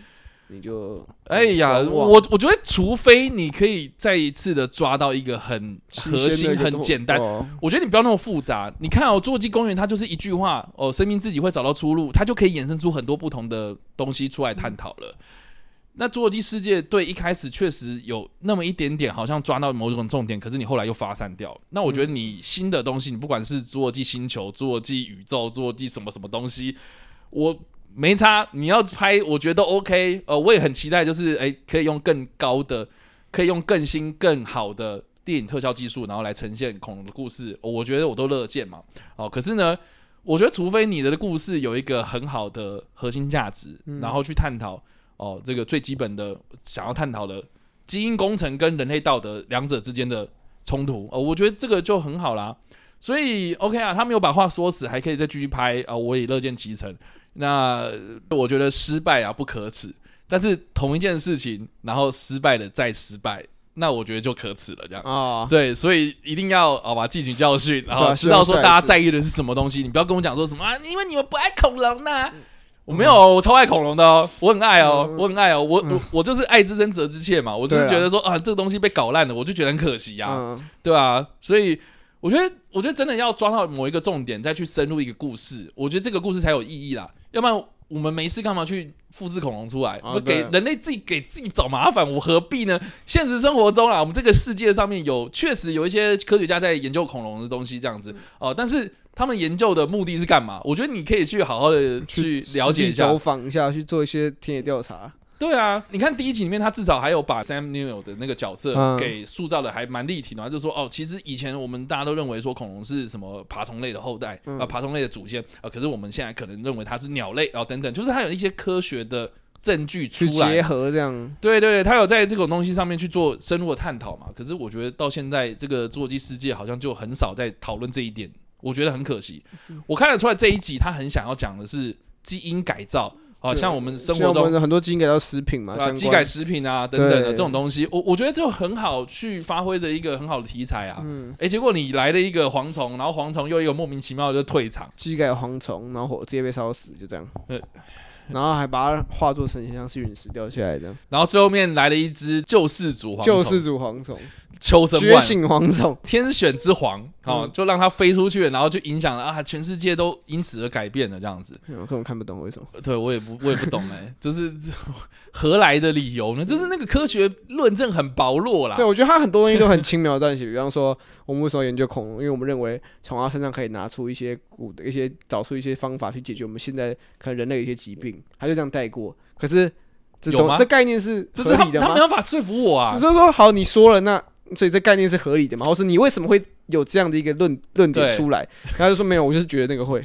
B: 你就
A: 哎呀，
B: 嗯往往
A: 我我觉得除非你可以再一次的抓到一个很
B: 新
A: 核
B: 鲜的
A: 心、
B: 一个
A: 很
B: 东
A: 简单。
B: 哦
A: 我觉得你不要那么复杂。你看哦，《侏罗纪公园》它就是一句话哦，生命自己会找到出路，它就可以衍生出很多不同的东西出来探讨了。那《侏罗纪世界》对一开始确实有那么一点点，好像抓到某种重点，可是你后来又发散掉了。那我觉得你新的东西，你不管是《侏罗纪星球》《侏罗纪宇宙》《侏罗纪什么什么东西，我没差。你要拍，我觉得 OK。呃，我也很期待，就是诶，可以用更高的可以用更新更好的电影特效技术，然后来呈现恐龙的故事，哦我觉得我都乐见嘛。哦，可是呢，我觉得除非你的故事有一个很好的核心价值，然后去探讨哦这个最基本的想要探讨的基因工程跟人类道德两者之间的冲突，哦，我觉得这个就很好啦。所以 OK 啊，他没有把话说死，还可以再继续拍啊、我也乐见其成。那呃我觉得失败啊不可耻，但是同一件事情，然后失败了再失败，那我觉得就可耻了这样。
B: 啊，
A: 对，所以一定要哦好吧，汲取教训，然后
B: 对啊
A: 知道
B: 希
A: 说
B: 望下一次
A: 大家在意的是什么东西。你不要跟我讲说什么啊，因为你们不爱恐龙呐、我没有，我超爱恐龙的哦，我很爱哦，
B: 嗯
A: 我很爱哦，我
B: 嗯
A: 我我就是爱之深责之切嘛，我就是
B: 对啊
A: 觉得说啊，这个东西被搞烂了，我就觉得很可惜呀、
B: 嗯，
A: 对啊，所以我觉得，我觉得真的要抓到某一个重点，再去深入一个故事，我觉得这个故事才有意义啦。要不然我们没事干嘛去复制恐龙出来？
B: 啊
A: 我给
B: 对
A: 人类自己给自己找麻烦，我何必呢？现实生活中啊啦，我们这个世界上面有确实有一些科学家在研究恐龙的东西，这样
B: 嗯
A: 子哦、但是。他们研究的目的是干嘛？我觉得你可以去好好的去了解一
B: 实地
A: 下
B: 走。访一下，去做一些田野调查。
A: 对啊，你看第一集里面，他至少还有把 Sam Neill 的那个角色
B: 嗯
A: 给塑造的还蛮立体的嘛，就说哦，其实以前我们大家都认为说恐龙是什么爬虫类的后代啊、
B: 嗯
A: 呃爬虫类的祖先啊、呃可是我们现在可能认为它是鸟类啊、哦等等，就是它有一些科学的证据出
B: 去
A: 来
B: 结，合这样，
A: 对对对，他有在这种东西上面去做深入的探讨嘛。可是我觉得到现在这个《侏罗纪世界》好像就很少在讨论这一点，我觉得很可惜。
B: 嗯
A: 我看得出来这一集他很想要讲的是基因改造。好
B: 对
A: 像我们生
B: 像
A: 活中
B: 我们很多基因改造食品嘛，
A: 啊，
B: 相
A: 机
B: 关
A: 改食品啊等等的
B: 对
A: 这种东西，我我觉得就很好去发挥的一个很好的题材啊。嗯，哎，结果你来了一个蝗虫，然后蝗虫又一个莫名其妙的就退场，
B: 机改蝗虫，然后火直接被烧死，就这样
A: 对。
B: 然后还把它化作神仙，像是陨石掉下来的
A: 然后最后面来了一只救世主蝗虫，
B: 救世主蝗虫、
A: 秋生
B: 觉
A: 万
B: 醒蝗虫，
A: 天选之皇，哦，
B: 嗯
A: 就让它飞出去，然后就影响了啊，全世界都因此而改变了这样子。
B: 嗯我根本看不懂为什么。
A: 对我也不我也不懂哎、 就是何来的理由呢？就是那个科学论证很薄弱啦
B: 对，。我觉得他很多东西都很轻描淡写，比方说我们为什么要研究恐龙，因为我们认为从他身上可以拿出一些古的一些找出一些方法去解决我们现在可能人类的一些疾病，他就这样带过。可是这
A: 嗯有
B: 种
A: 吗
B: 这概念是
A: 就
B: 合
A: 是他
B: 理的
A: 他没
B: 吗？
A: 办法说服我啊
B: 只是，说好你说了，那所以这概念是合理的吗？或是你为什么会有这样的一个论论点
A: 对
B: 出 来？然后他就说没有，我就是觉得那个会。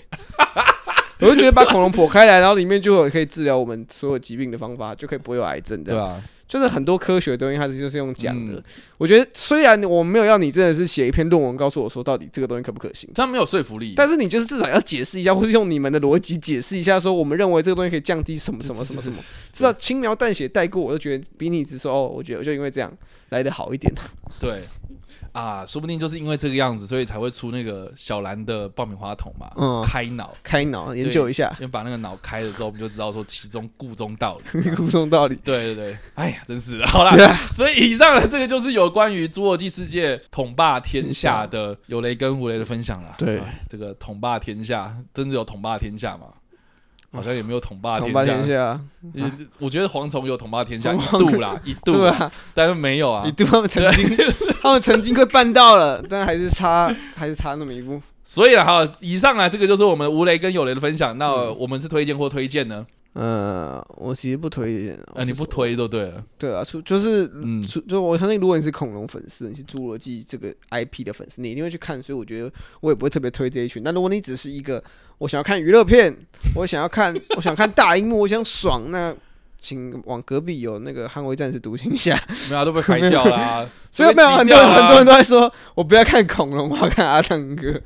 B: 我就觉得把恐龙剖开来，然后里面就有可以治疗我们所有疾病的方法，就可以不会有癌症这样。
A: 对啊，
B: 就是很多科学的东西，它是就是用讲的。
A: 嗯
B: 我觉得虽然我没有要你真的是写一篇论文告诉我说到底这个东西可不可行，
A: 这样没有说服力。
B: 但是你就是至少要解释一下，或是用你们的逻辑解释一下，说我们认为这个东西可以降低什么什么什么什么，至少轻描淡写带过，我就觉得比你只说哦，我觉得我就因为这样来的好一点。
A: 对啊，说不定就是因为这个样子，所以才会出那个小兰的爆米花桶嘛，
B: 嗯
A: 开脑，
B: 开脑研究一下，
A: 因为把那个脑开了之后，我们就知道说其中故中道理。
B: 故中道理。
A: 对对对，哎呀，真 是的，好啦
B: 是，啊，
A: 所以以上的这个就是有关于《侏罗纪世界》统霸天下的有雷跟无雷的分享了。
B: 啊对
A: 哎这个统霸天下，真的有统霸天下吗？好像也没有统霸
B: 统霸天
A: 下，
B: 下，
A: 呃我觉得蝗虫有统霸天下一
B: 蝗虫
A: 度 啦，一度
B: 对
A: 啦，
B: 啊，
A: 但是没有啊
B: 你。对他们曾 经，他们曾经快办到了，但还是差，还是差那么一步。
A: 所以了哈，以上啊呢，这个就是我们无雷跟有雷的分享。那
B: 嗯
A: 呃我们是推荐或推荐呢？
B: 呃，我其实不推荐，
A: 呃，你不推就对了。
B: 对啊，除就是
A: 嗯
B: 除就我相信，如果你是恐龙粉丝，你是侏罗纪这个 IP 的粉丝，你一定会去看，所以我觉得我也不会特别推这一群。但如果你只是一个我想要看娱乐片，我想要看我想看大荧幕，我想爽，那请往隔壁有那个《捍卫战士》独行侠。
A: 没有、啊、都被拍掉 啦。
B: 所以没有啊
A: 都被
B: 很
A: 挤
B: 多
A: 掉
B: 人
A: 啦
B: 很多人都在说，我不要看恐龙，我要看阿汤哥。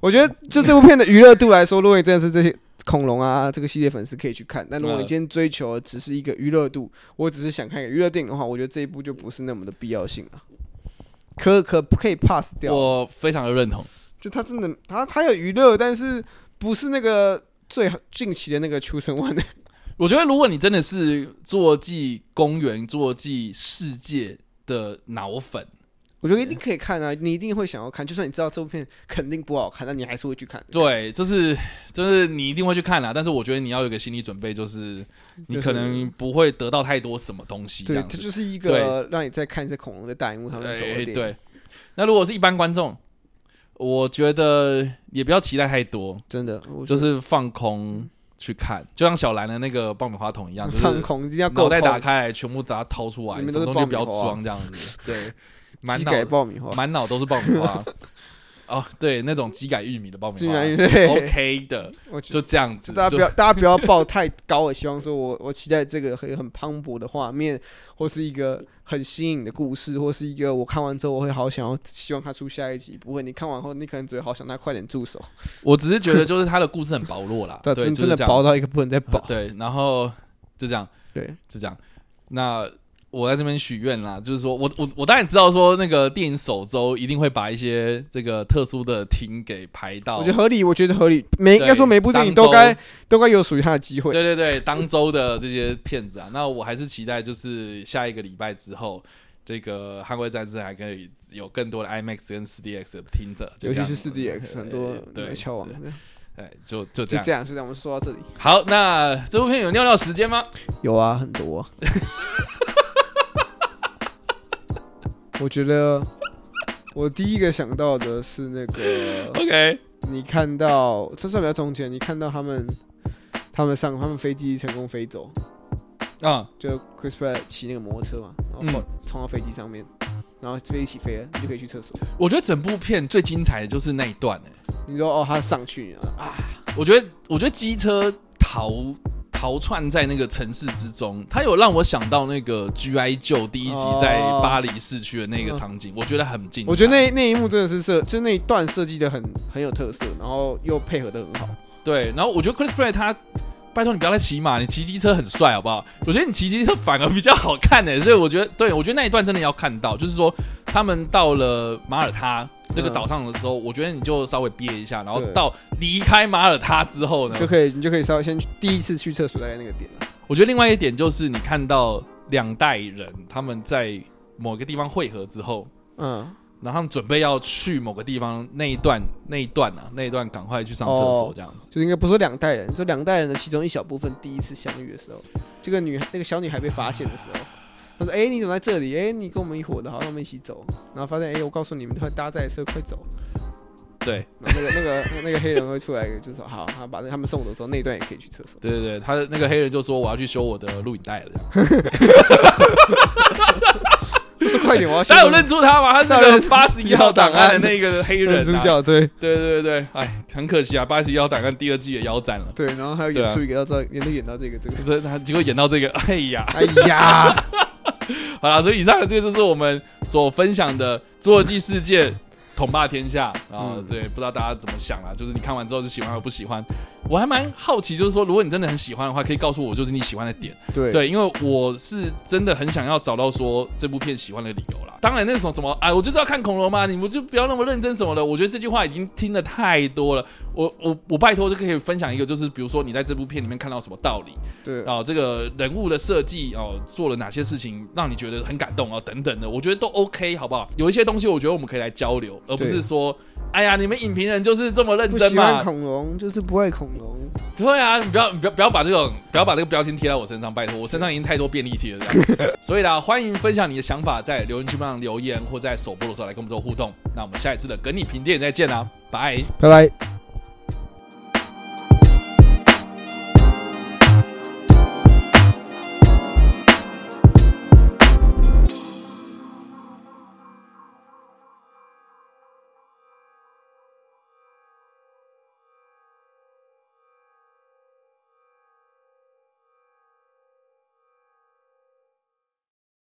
B: 我觉得就这部片的娱乐度来说，如果你真的是这些恐龙啊这个系列粉丝可以去看，但如果你
A: 嗯
B: 今天追求的只是一个娱乐度，我只是想看一个娱乐电影的话，我觉得这一部就不是那么的必要性了。可可不可以 pass 掉？
A: 我非常的认同。
B: 就它真的，它它有娱乐，但是不是那个最好近期的那个秋生万的，
A: 我觉得如果你真的是侏罗纪公园、侏罗纪世界的脑粉，
B: 我觉得一定可以看啊，你一定会想要看，就算你知道这部片肯定不好看，但你还是会去看。
A: 对，就是就是你一定会去看啦。但是我觉得你要有一个心理准备，就是你
B: 就是
A: 可能不会得到太多什么东西这
B: 对，
A: 样
B: 它
A: 子。
B: 就是一个让你在看这恐龙在大荧幕上面走的
A: 哎
B: 电影。
A: 对，那如果是一般观众，我觉得也不要期待太多。
B: 真的，我
A: 就
B: 觉得
A: 是放空去看，就像小兰的那个爆米花桶 一样，就
B: 放
A: 是
B: 空一定要够
A: 口袋打
B: 空，
A: 开来，全部把它掏出来，
B: 里面
A: 什么
B: 都是
A: 东西都不要
B: 爆米花
A: 装这样子， 对，满
B: 鸡
A: 脑
B: 改爆米花，
A: 满脑都是爆米花。 哦，对，那种鸡改玉米的爆米
B: 竟
A: 花
B: 然对，
A: ，OK 的，
B: 我觉
A: 就这样子
B: 得。大家
A: 就
B: 不要，大家不要抱太高的希望，说我我期待这个很很磅礴的画面，或是一个很新颖的故事，或是一个我看完之后我会好想要，希望它出下一集。不会，你看完后你可能只会好想它快点住手，
A: 我只是觉得就是他的故事很薄弱 啦，啊对，
B: 啊真
A: 就
B: 真
A: 是
B: 的
A: 这样
B: 薄
A: 子
B: 到一个不能再薄。
A: 对，然后就这样，
B: 对，
A: 就这样。那我在这边许愿啦，就是说我我我当然知道说那个电影首周一定会把一些这个特殊的厅给排到，
B: 我觉得合理，我觉得合理。每应该说每部电影都
A: 当
B: 该都该有属于它的机会。
A: 对对对，当周的这些片子啊，那我还是期待就是下一个礼拜之后，这个《捍卫战士》还可以有更多的 IMAX 跟 4DX 的听着，就
B: 尤
A: 这
B: 其
A: 样
B: 是
A: 子
B: 四 DX 很多
A: 对
B: 来敲网
A: 是
B: 的，
A: 哎，就就这
B: 就
A: 样
B: 这。样，就这样。我们说到这里，
A: 好，那这部片有尿尿时间吗？
B: 有啊，很多啊。 我觉得我第一个想到的是那个
A: OK，
B: 你看到这算比较中间，你看到他们他们上他们飞机成功飞走，
A: 啊，
B: 就 Chris Pratt 骑那个摩托车嘛，然后跑冲到飞机上面，然后飞机起飞了，你就可以去厕所。
A: 我觉得整部片最精彩的就是那一段、欸、
B: 你说哦，他上去了啊，
A: 我觉得，我觉得机车逃逃窜在那个城市之中，它有让我想到那个 G.I. 旧第一集
B: 哦
A: 在巴黎市区的那个场景，我觉得很精彩。
B: 我觉得那那一幕真的是设，就那一段设计的很很有特色，然后又配合的很好。
A: 对，然后我觉得 Chris Pratt 他，拜托你不要再骑马，你骑机车很帅好不好？我觉得你骑机车反而比较好看 呢、所以我觉得，对我觉得那一段真的要看到，就是说他们到了马耳他这个
B: 嗯
A: 岛上的时候，我觉得你就稍微憋一下，然后
B: 对
A: 到离开马耳他之后呢
B: 就，可以，你就可以稍微先去第一次去厕所大概那个点啊了。
A: 我觉得另外一点就是你看到两代人他们在某个地方汇合之后。
B: 嗯，
A: 然后他们准备要去某个地方，那一段那一段啊，那一段赶快去上厕所
B: 哦
A: 这样子。
B: 就应该不是说两代人，就两代人的其中一小部分第一次相遇的时候，这个女那个小女孩被发现的时候，她说：“哎、你怎么在这里？哎、你跟我们一伙的，好，那我们一起走。”然后发现：“哎、我告诉你们，快搭载车，快走。
A: 对，”
B: 然后那个那个那个黑人会出来，就说：“好，他把那他们送我的时候，那一段也可以去厕所。
A: 对对对，他那个黑人就说我要去修我的录影带了，这样。”
B: 就说：“快点，我要
A: 大家有认出他吗？他是那个八十一号档案的那个黑人、
B: 认主
A: 啊。
B: 角，对
A: 对对对对，哎，很可惜啊，八十一号档案第二季也腰斩了。
B: 对。”然后还有
A: 对啊
B: 演出一个到这，演都演到这个这个。
A: 这他结果演到这个，哎呀，
B: 哎呀，
A: 好啦，所以以上的这就是我们所分享的《侏罗纪世界》 统霸天下啊、
B: 嗯
A: 对，不知道大家怎么想啦？就是你看完之后是喜欢还是不喜欢？我还蛮好奇，就是说，如果你真的很喜欢的话，可以告诉我，就是你喜欢的点。
B: 对
A: 对，因为我是真的很想要找到说这部片喜欢的理由啦。当然，那种什么，哎，我就是要看恐龙嘛，你们就不要那么认真什么的。我觉得这句话已经听得太多了。我我我拜托，就可以分享一个，就是比如说你在这部片里面看到什么道理
B: 对，
A: 哦，这个人物的设计哦，做了哪些事情让你觉得很感动哦，等等的，我觉得都 OK，好不好？有一些东西我觉得我们可以来交流，而不
B: 对
A: 是说，哎呀，你们影评人就是这么认
B: 不
A: 真
B: 喜欢
A: 嘛，
B: 恐龙就是不爱恐龙。
A: 对啊，你不要你不要不要把这种不要把这个标签贴在我身上，拜托，我身上已经太多便利贴了。这样 所以啦，欢迎分享你的想法，在留言区上留言，或在首播的时候来跟我们做互动。那我们下一次的跟你评电影再见啦，拜。
B: 拜拜。